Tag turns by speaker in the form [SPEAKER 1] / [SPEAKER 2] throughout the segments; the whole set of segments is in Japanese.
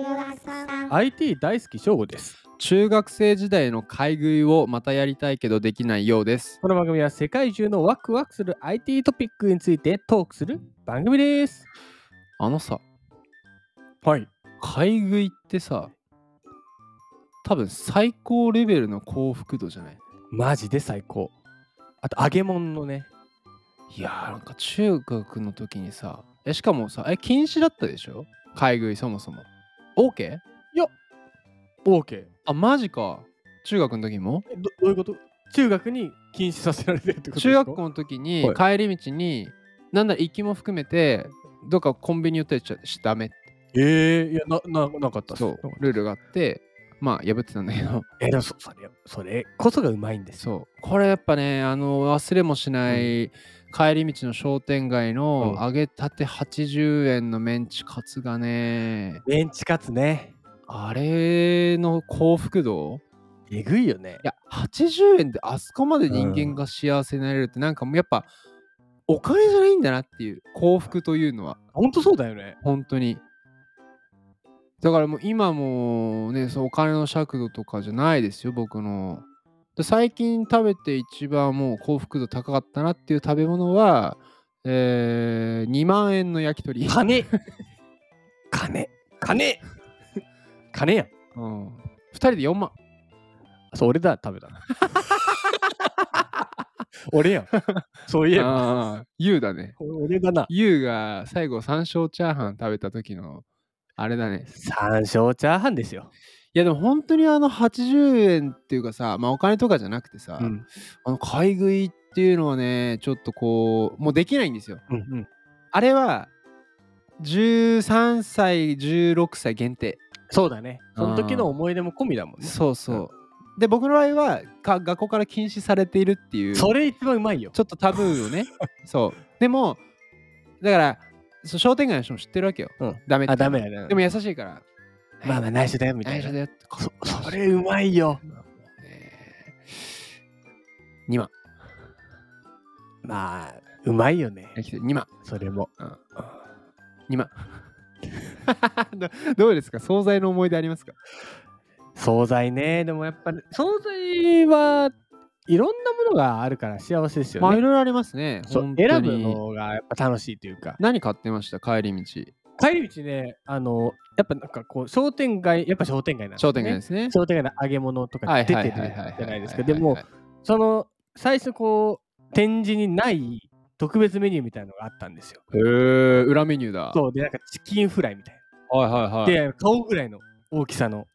[SPEAKER 1] ん。
[SPEAKER 2] IT 大好き翔吾です。
[SPEAKER 3] 中学生時代の買い食いをまたやりたいけどできないようです。
[SPEAKER 2] この番組は世界中のワクワクする IT トピックについてトークする番組です。
[SPEAKER 3] あのさ、
[SPEAKER 2] はい。
[SPEAKER 3] 買い食いってさ、多分最高レベルの幸福度じゃない
[SPEAKER 2] マジで最高。あと揚げ物のね。
[SPEAKER 3] いやーなんか中学の時にさ、えしかもさ、え禁止だったでしょ買い食いそもそも。OK?
[SPEAKER 2] OK。
[SPEAKER 3] あ、マジか。中学の時も
[SPEAKER 2] どどういうこと中学に禁止させられてるってことです
[SPEAKER 3] 中
[SPEAKER 2] か
[SPEAKER 3] 学校の時に帰り道に、なんなら行きも含めて、どっかコンビニ寄ったりしちゃしダメって
[SPEAKER 2] ええいやなななかったっす
[SPEAKER 3] そうルールがあって、まあ破ってたんだけ ど。
[SPEAKER 2] えでもそそれそれこそがうまいんですよ
[SPEAKER 3] そうこれやっぱねあの忘れもしない、帰り道の商店街の
[SPEAKER 2] うん
[SPEAKER 3] 揚げたて80円のメンチカツがね
[SPEAKER 2] メンチカツね
[SPEAKER 3] あれの幸福度
[SPEAKER 2] えぐいよね
[SPEAKER 3] いや80円であそこまで人間が幸せになれるって、なんかもうやっぱお金じゃないんだなっていう幸福というのは
[SPEAKER 2] ほんとそうだよね
[SPEAKER 3] 本当にだからもう今もねそうお金の尺度とかじゃないですよ僕ので最近食べて一番もう幸福度高かったなっていう食べ物はえー、2万円の焼き鳥、
[SPEAKER 2] 金金金金やん
[SPEAKER 3] うん、2人で4万
[SPEAKER 2] そう俺だ食べたの 俺やんそういえば
[SPEAKER 3] ああ優だね
[SPEAKER 2] 俺だな
[SPEAKER 3] 優が最後山椒チャーハン食べた時のあれだね
[SPEAKER 2] 山椒チャーハンですよ、
[SPEAKER 3] いやでも本当にあの80円っていうかさ、まあ、お金とかじゃなくてさ、
[SPEAKER 2] うん
[SPEAKER 3] あの買い食いっていうのはねちょっとこうもうできないんですよ
[SPEAKER 2] うんうん、
[SPEAKER 3] あれは13歳16歳限定
[SPEAKER 2] そうだねその時の思い出も込みだもんね
[SPEAKER 3] そうそう、で僕の場合はか学校から禁止されているっていう
[SPEAKER 2] それ一番うまいよ
[SPEAKER 3] ちょっとタブー をねそうでもだからそう商店街の人も知ってるわけよ、
[SPEAKER 2] うん
[SPEAKER 3] ダメって
[SPEAKER 2] あダメやね
[SPEAKER 3] でも優しいから
[SPEAKER 2] まあまあ内緒だよみた
[SPEAKER 3] 大
[SPEAKER 2] いな
[SPEAKER 3] 丈夫だよって
[SPEAKER 2] そそれうまいよ
[SPEAKER 3] 2万
[SPEAKER 2] まあうまいよね
[SPEAKER 3] 来て2万
[SPEAKER 2] それも、
[SPEAKER 3] うん2万 どどうですか惣菜の思い出ありますか
[SPEAKER 2] 惣菜ねでもやっぱり惣菜はいろんなものがあるから幸せですよ
[SPEAKER 3] まあい
[SPEAKER 2] ね、
[SPEAKER 3] ろいろありますね
[SPEAKER 2] そう
[SPEAKER 3] 本当に
[SPEAKER 2] 選ぶのがやっぱ楽しいというか
[SPEAKER 3] 何買ってました帰り道
[SPEAKER 2] 帰り道ねあのやっぱなんかこう商店街やっぱ商店街なんです、ね、
[SPEAKER 3] 商店街ですね
[SPEAKER 2] 商店街の揚げ物とか出てるじゃないですかでもその最初こう展示にない特別メニューみたいなのがあったんですよ
[SPEAKER 3] へえ裏メニューだ
[SPEAKER 2] そうでなんかチキンフライみたいな
[SPEAKER 3] はいはいはい
[SPEAKER 2] で、顔ぐらいの大きさの。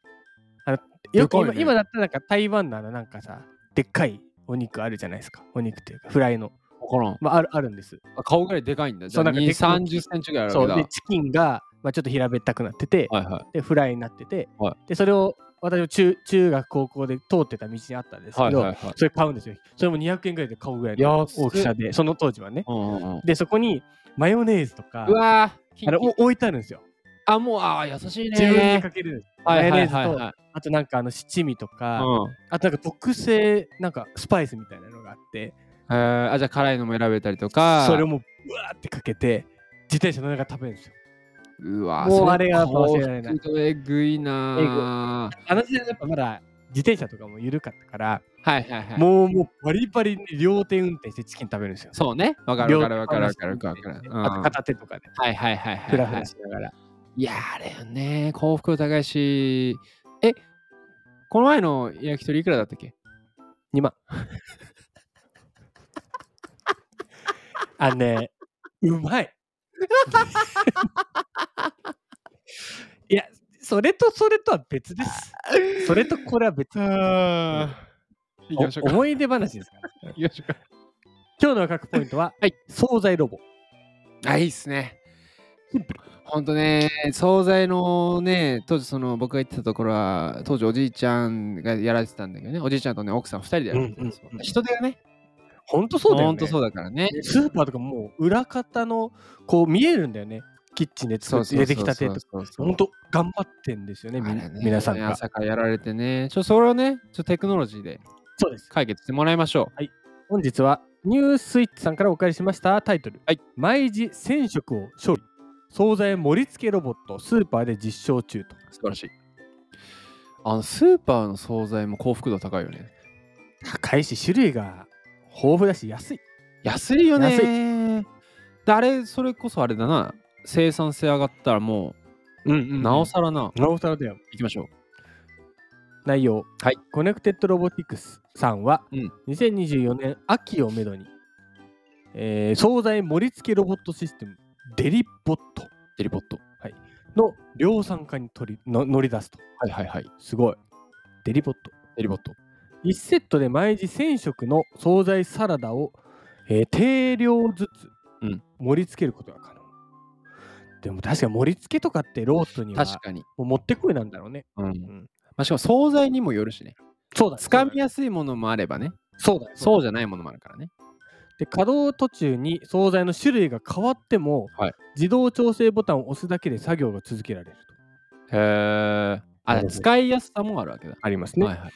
[SPEAKER 2] あのよく
[SPEAKER 3] でかい
[SPEAKER 2] 今,、
[SPEAKER 3] ね
[SPEAKER 2] 今だったらなんか台湾のあのなんかさ、でっかいお肉あるじゃないですか。お肉っていうか、フライの。
[SPEAKER 3] 分からん
[SPEAKER 2] まあ、あるあるんです。
[SPEAKER 3] あ顔ぐらいでかいんだじ
[SPEAKER 2] そ
[SPEAKER 3] ゃあ
[SPEAKER 2] うなんか
[SPEAKER 3] 2
[SPEAKER 2] でっかい
[SPEAKER 3] 3 0センチぐらいある
[SPEAKER 2] そ
[SPEAKER 3] わ
[SPEAKER 2] う
[SPEAKER 3] けだ
[SPEAKER 2] で、チキンが、まあ、ちょっと平べったくなってて、
[SPEAKER 3] はいはい
[SPEAKER 2] で、フライになってて、
[SPEAKER 3] は
[SPEAKER 2] で、それを私も中中学、高校で通ってた道にあったんですけ
[SPEAKER 3] はい
[SPEAKER 2] ど、
[SPEAKER 3] はいはい
[SPEAKER 2] それ買うんですよ。それも200円ぐらいで買うぐらいの
[SPEAKER 3] 安っ
[SPEAKER 2] 大きさで、その当時はね。
[SPEAKER 3] うんうんうん
[SPEAKER 2] で、そこにマヨネーズとか、
[SPEAKER 3] うわーキン
[SPEAKER 2] あ
[SPEAKER 3] キ
[SPEAKER 2] れ
[SPEAKER 3] ン
[SPEAKER 2] お置いてあるんですよ。
[SPEAKER 3] あもうあー優しいね
[SPEAKER 2] 自分でかけるんです。
[SPEAKER 3] はいはい
[SPEAKER 2] マ
[SPEAKER 3] はい
[SPEAKER 2] ヨネーズ
[SPEAKER 3] はい
[SPEAKER 2] あとなんかあの七味とか、
[SPEAKER 3] うん
[SPEAKER 2] あとなんか特製なんかスパイスみたいなのがあって
[SPEAKER 3] えーあじゃあ辛いのも選べたりとか
[SPEAKER 2] それをもううわーってかけて自転車の中で食べるんですよ。
[SPEAKER 3] うわ
[SPEAKER 2] もう
[SPEAKER 3] そ
[SPEAKER 2] あれが
[SPEAKER 3] 幸
[SPEAKER 2] 忘
[SPEAKER 3] 福
[SPEAKER 2] れられない
[SPEAKER 3] 度えぐいなー
[SPEAKER 2] あの時代やっぱまだ自転車とかも緩かったから、
[SPEAKER 3] はいはいはい
[SPEAKER 2] もうもうバリバリに両手運転してチキン食べるんですよ。
[SPEAKER 3] そうねわかる
[SPEAKER 2] 両
[SPEAKER 3] わ
[SPEAKER 2] 手
[SPEAKER 3] かるわかるわかるわかる
[SPEAKER 2] 運転
[SPEAKER 3] わか
[SPEAKER 2] して
[SPEAKER 3] るうん
[SPEAKER 2] あと片手とかで
[SPEAKER 3] はいはいはいはい
[SPEAKER 2] フラ
[SPEAKER 3] は
[SPEAKER 2] フ
[SPEAKER 3] い
[SPEAKER 2] ラしながら。
[SPEAKER 3] いやーあれよね幸福度高いしえこの前の焼き鳥いくらだったっけ
[SPEAKER 2] 2万。 あのね、うまい。 いや、それとそれとは別です。それとこれは別
[SPEAKER 3] あ行きましょう
[SPEAKER 2] お
[SPEAKER 3] か
[SPEAKER 2] 思い出話です から。
[SPEAKER 3] 行きましょうか
[SPEAKER 2] 今日の学ポイントは、
[SPEAKER 3] はい
[SPEAKER 2] 惣菜ロボ。
[SPEAKER 3] あいいっすね
[SPEAKER 2] シンプル
[SPEAKER 3] ほんとね、惣菜のね、当時その僕が行ってたところは、当時おじいちゃんがやられてたんだけどね、おじいちゃんとね、奥さん2人でやられてたんですよ。
[SPEAKER 2] うんうんうん
[SPEAKER 3] 人手がね、
[SPEAKER 2] ほんとそうだよね。
[SPEAKER 3] ほんとそうだからね。
[SPEAKER 2] スーパーとかもう裏方のこう見えるんだよね。キッチンで作って出てきたてとか。
[SPEAKER 3] そうそうそう
[SPEAKER 2] ほんと頑張ってんですよね、みん
[SPEAKER 3] あれね
[SPEAKER 2] 皆さんが。
[SPEAKER 3] 朝からやられてね、ちょそれをね、ちょテクノロジーで
[SPEAKER 2] そうです。
[SPEAKER 3] 解決してもらいましょう。
[SPEAKER 2] 本日はニュースイッチさんからお借りしましたタイトル、
[SPEAKER 3] はい
[SPEAKER 2] 毎時1000食を勝利惣菜盛り付けロボットスーパーで実証中と
[SPEAKER 3] 素晴らしい。あのスーパーの惣菜も幸福度高いよね
[SPEAKER 2] 高いし種類が豊富だし安い
[SPEAKER 3] 安いよねであれそれこそあれだな生産性上がったらも
[SPEAKER 2] うん
[SPEAKER 3] うなおさらな、
[SPEAKER 2] なおさらだよ
[SPEAKER 3] 行きましょう
[SPEAKER 2] 内容、
[SPEAKER 3] はい、
[SPEAKER 2] コネクテッドロボティクスさんは、
[SPEAKER 3] うん
[SPEAKER 2] 2024年秋をめどに、えー、惣菜盛り付けロボットシステムデリボット
[SPEAKER 3] デリポット
[SPEAKER 2] の量産化に取りの乗り出すと
[SPEAKER 3] はいはいはい
[SPEAKER 2] すごいデリボット
[SPEAKER 3] デリポット
[SPEAKER 2] 1セットで毎時1000食の惣菜サラダを、えー定量ず
[SPEAKER 3] う
[SPEAKER 2] つ
[SPEAKER 3] ん
[SPEAKER 2] 盛り付けることが可能、でも確かに盛り付けとかってロートには
[SPEAKER 3] 確かに、
[SPEAKER 2] もう持ってこいなんだろうね
[SPEAKER 3] うん
[SPEAKER 2] ん
[SPEAKER 3] まあ、しかも惣菜にもよるしね
[SPEAKER 2] そうだ
[SPEAKER 3] つかみやすいものもあればね
[SPEAKER 2] そうだよそうだよ
[SPEAKER 3] そうじゃないものもあるからね
[SPEAKER 2] で稼働途中に惣菜の種類が変わっても、
[SPEAKER 3] はい
[SPEAKER 2] 自動調整ボタンを押すだけで作業が続けられると
[SPEAKER 3] へえ
[SPEAKER 2] なる
[SPEAKER 3] あ
[SPEAKER 2] ほど
[SPEAKER 3] 使いやすさもあるわけだ、
[SPEAKER 2] ありますね、
[SPEAKER 3] はいはい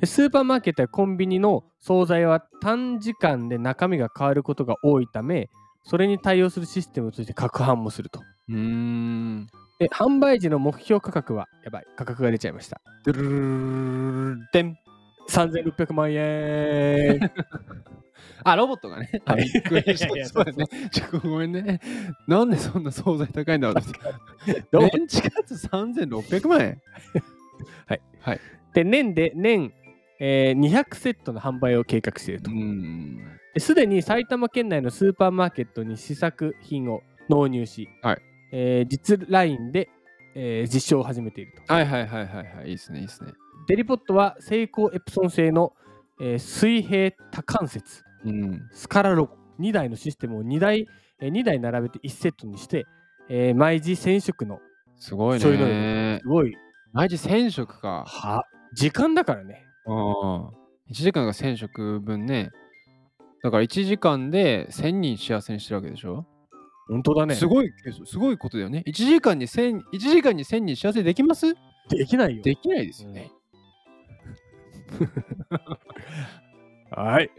[SPEAKER 2] でスーパーマーケットやコンビニの惣菜は短時間で中身が変わることが多いためそれに対応するシステムとして攪拌もすると
[SPEAKER 3] うーん
[SPEAKER 2] で販売時の目標価格はやばい価格が出ちゃいました
[SPEAKER 3] ドゥルルルルルデン
[SPEAKER 2] 3600万円
[SPEAKER 3] あロボットがね
[SPEAKER 2] はい
[SPEAKER 3] あびっくりし
[SPEAKER 2] いやいや
[SPEAKER 3] たそうだねちょっとごめんねなんでそんな惣菜高いんだろう と
[SPEAKER 2] どう
[SPEAKER 3] メンチカツ3600万円
[SPEAKER 2] で年で年、えー200セットの販売を計画していると
[SPEAKER 3] ん
[SPEAKER 2] ですでに埼玉県内のスーパーマーケットに試作品を納入し、
[SPEAKER 3] はい
[SPEAKER 2] えー実ラインで、えー実証を始めていると。
[SPEAKER 3] はいはいはいはいはいいいですねいいですね
[SPEAKER 2] デリポットはセイコーエプソン製の、えー水平多関節
[SPEAKER 3] うん
[SPEAKER 2] スカラロボ2台のシステムを2台,、えー2台並べて1セットにして、えー毎時1000食の
[SPEAKER 3] すごい
[SPEAKER 2] そういうの
[SPEAKER 3] ね
[SPEAKER 2] すごい
[SPEAKER 3] 毎日1000食か
[SPEAKER 2] は時間だからね。
[SPEAKER 3] 1時間が1000食分ねだから1時間で1000人幸せにしてるわけでしょ
[SPEAKER 2] 本当だね。
[SPEAKER 3] すごいケースすごいことだよね1時間に1000 1時間に1000人幸せできます
[SPEAKER 2] できないよ。
[SPEAKER 3] できないですよね、
[SPEAKER 2] はい。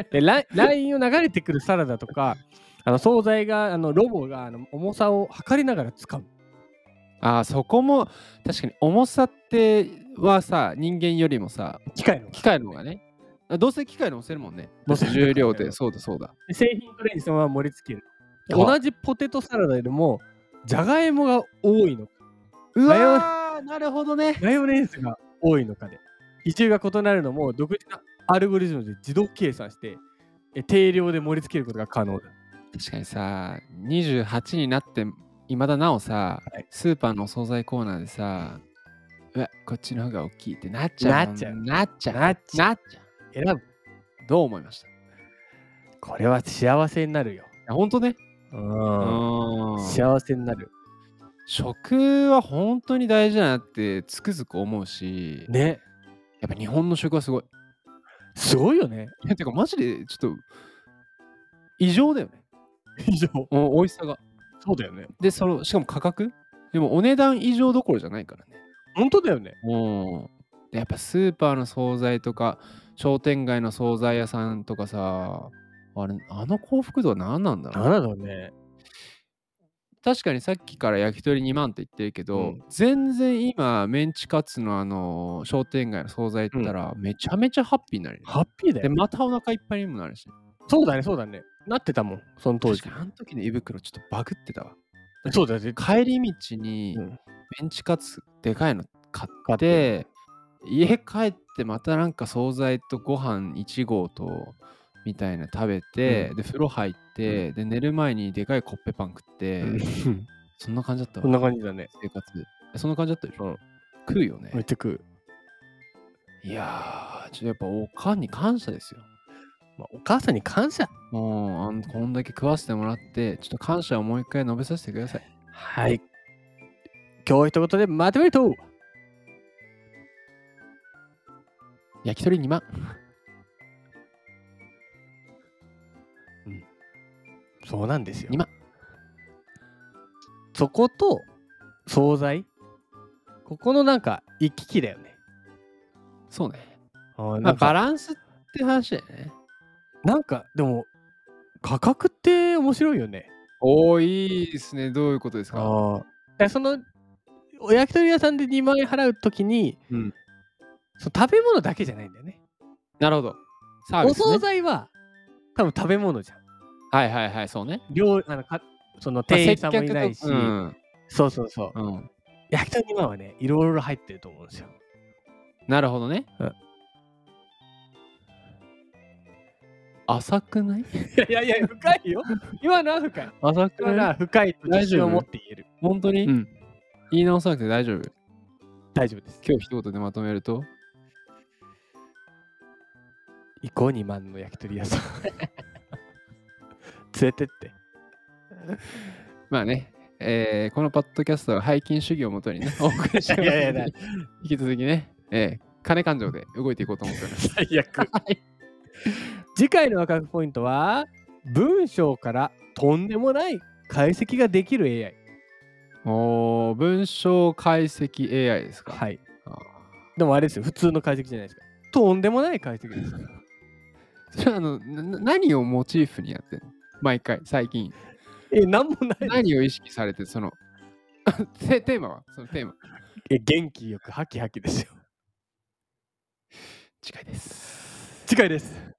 [SPEAKER 2] で、ライ LINE を流れてくるサラダとか、あの惣菜が、あのロボがあの重さを測りながら掴む。
[SPEAKER 3] あーそこも確かに重さってはさ人間よりもさ
[SPEAKER 2] 機械の。
[SPEAKER 3] 機械の方がねあどうせ機械の押せるもんね
[SPEAKER 2] 乗せる
[SPEAKER 3] 重量で そうだそうだ
[SPEAKER 2] で製品トレイにそのまま盛り付ける。で
[SPEAKER 3] あ
[SPEAKER 2] 同じポテトサラダよりも、じゃがいもが多いのか、
[SPEAKER 3] う
[SPEAKER 2] わー
[SPEAKER 3] わなるほどね
[SPEAKER 2] マヨネーズが多いのかで、比重が異なるのも独自なアルゴリズムで自動計算して、え定量で盛り付けることが可能だ。
[SPEAKER 3] 確かにさ28になっていまだなおさ、
[SPEAKER 2] はい
[SPEAKER 3] スーパーのお惣菜コーナーでさうわこっちの方が大きいってなっちゃうも
[SPEAKER 2] な
[SPEAKER 3] ん
[SPEAKER 2] っちゃう
[SPEAKER 3] なっちゃう
[SPEAKER 2] なっちゃ
[SPEAKER 3] なっちゃう
[SPEAKER 2] 選ぶ。
[SPEAKER 3] どう思いましたい
[SPEAKER 2] これは幸せになるよ。
[SPEAKER 3] やほんとねう
[SPEAKER 2] うん。
[SPEAKER 3] ん
[SPEAKER 2] 幸せになる。
[SPEAKER 3] 食は本当に大事だなってつくづく思うし
[SPEAKER 2] ね。
[SPEAKER 3] やっぱ日本の食はすごい
[SPEAKER 2] すごいよね。
[SPEAKER 3] いやてかマジでちょっと異常だよね
[SPEAKER 2] 以上。
[SPEAKER 3] お美味しさが
[SPEAKER 2] そうだよね。
[SPEAKER 3] でそのしかも価格でもお値段以上どころじゃないからね
[SPEAKER 2] 本当だよね。
[SPEAKER 3] もうでやっぱスーパーの惣菜とか商店街の惣菜屋さんとかさあれあの幸福度は何なんだろう
[SPEAKER 2] なんだろうね。
[SPEAKER 3] 確かにさっきから焼き鳥2万って言ってるけど、
[SPEAKER 2] うん
[SPEAKER 3] 全然今メンチカツのあの商店街の惣菜行ったら、めちゃめちゃハッピーになるよね、
[SPEAKER 2] ハッピーだ
[SPEAKER 3] で
[SPEAKER 2] よ。
[SPEAKER 3] またお腹いっぱいにもなるし
[SPEAKER 2] そうだね、そうだね。なってたもん、その当
[SPEAKER 3] 確
[SPEAKER 2] 時
[SPEAKER 3] か。にあの時の胃袋ちょっとバグってたわ
[SPEAKER 2] そうだね。
[SPEAKER 3] 帰り道に
[SPEAKER 2] うん
[SPEAKER 3] メンチカツでかいの買
[SPEAKER 2] 買
[SPEAKER 3] っ、
[SPEAKER 2] って
[SPEAKER 3] 家帰ってまたなんか惣菜とご飯1合とみたいな食べて、
[SPEAKER 2] うん
[SPEAKER 3] で風呂入って、で寝る前にでかいコッペパン食って、
[SPEAKER 2] うん
[SPEAKER 3] そんな感じだった
[SPEAKER 2] こ
[SPEAKER 3] わ
[SPEAKER 2] んな感じだね。
[SPEAKER 3] 生活そんな感じだったでしょ、
[SPEAKER 2] うん
[SPEAKER 3] 食うよね
[SPEAKER 2] めっちゃ食う。
[SPEAKER 3] いやーちょっとやっぱおかんに感謝ですよ
[SPEAKER 2] まあ、お母さんに感謝。
[SPEAKER 3] もうあんこんだけ食わせてもらってちょっと感謝をもう一回述べさせてください
[SPEAKER 2] はい。今日一言でまとめると、
[SPEAKER 3] 焼き鳥2万
[SPEAKER 2] そうなんですよ。
[SPEAKER 3] 今
[SPEAKER 2] そこと、惣菜。ここのなんか、行き来だよね。
[SPEAKER 3] そうね、
[SPEAKER 2] あ
[SPEAKER 3] ま
[SPEAKER 2] な
[SPEAKER 3] あ、
[SPEAKER 2] ん
[SPEAKER 3] バ
[SPEAKER 2] か、
[SPEAKER 3] ランスって話だよね
[SPEAKER 2] なんか、でも、価格って面白いよね。
[SPEAKER 3] おーいいですねどういうことですか
[SPEAKER 2] ああ。そのお焼き鳥屋さんで2万円払うときに、
[SPEAKER 3] うん
[SPEAKER 2] その食べ物だけじゃないんだよね。
[SPEAKER 1] なるほど。サー
[SPEAKER 2] お
[SPEAKER 1] ビス、
[SPEAKER 2] 惣
[SPEAKER 1] ね。
[SPEAKER 2] 菜は多分食べ物じゃん。
[SPEAKER 1] はいはいはい、そうね。
[SPEAKER 2] 料あのかその店員さんもいないし、
[SPEAKER 3] 接客とうん
[SPEAKER 2] そうそうそう。
[SPEAKER 1] うん。
[SPEAKER 2] 焼き鳥2万はね、いろいろ入ってると思うんですよ。
[SPEAKER 1] なるほどね
[SPEAKER 2] うん。
[SPEAKER 1] 浅くない
[SPEAKER 2] いやいや、深いよ。 今のは深い。
[SPEAKER 1] 浅く
[SPEAKER 2] 今の
[SPEAKER 1] ない
[SPEAKER 2] は深いと自信を持って言える。
[SPEAKER 1] 本当に、
[SPEAKER 3] うん言い直さなくて大丈夫。
[SPEAKER 2] 大丈夫です。
[SPEAKER 3] 今日一言でまとめると、
[SPEAKER 2] 行こう2万の焼き鳥屋さん。連れてって。
[SPEAKER 3] まあね、えーこのパッドキャストは背筋主義をも とにね、お送りしてますので
[SPEAKER 2] いやいやいや
[SPEAKER 3] 引き続きね、えー金感情で動いていこうと思っております。
[SPEAKER 2] 最 悪。次回のワクワクポイントは、文章からとんでもない解析ができる AI。
[SPEAKER 3] おー文章解析 AI ですか。
[SPEAKER 2] はい。
[SPEAKER 3] あー
[SPEAKER 2] でもあれですよ、普通の解析じゃないですか。とんでもない解析です。
[SPEAKER 3] それはあのなな何をモチーフにやってんの毎回、最 近。
[SPEAKER 2] え、なんもない。
[SPEAKER 3] 何を意識されて、その、 テテーマはそのテーマ。
[SPEAKER 2] え、元気よくハキハキですよ。
[SPEAKER 3] 近いです。
[SPEAKER 2] 次回です。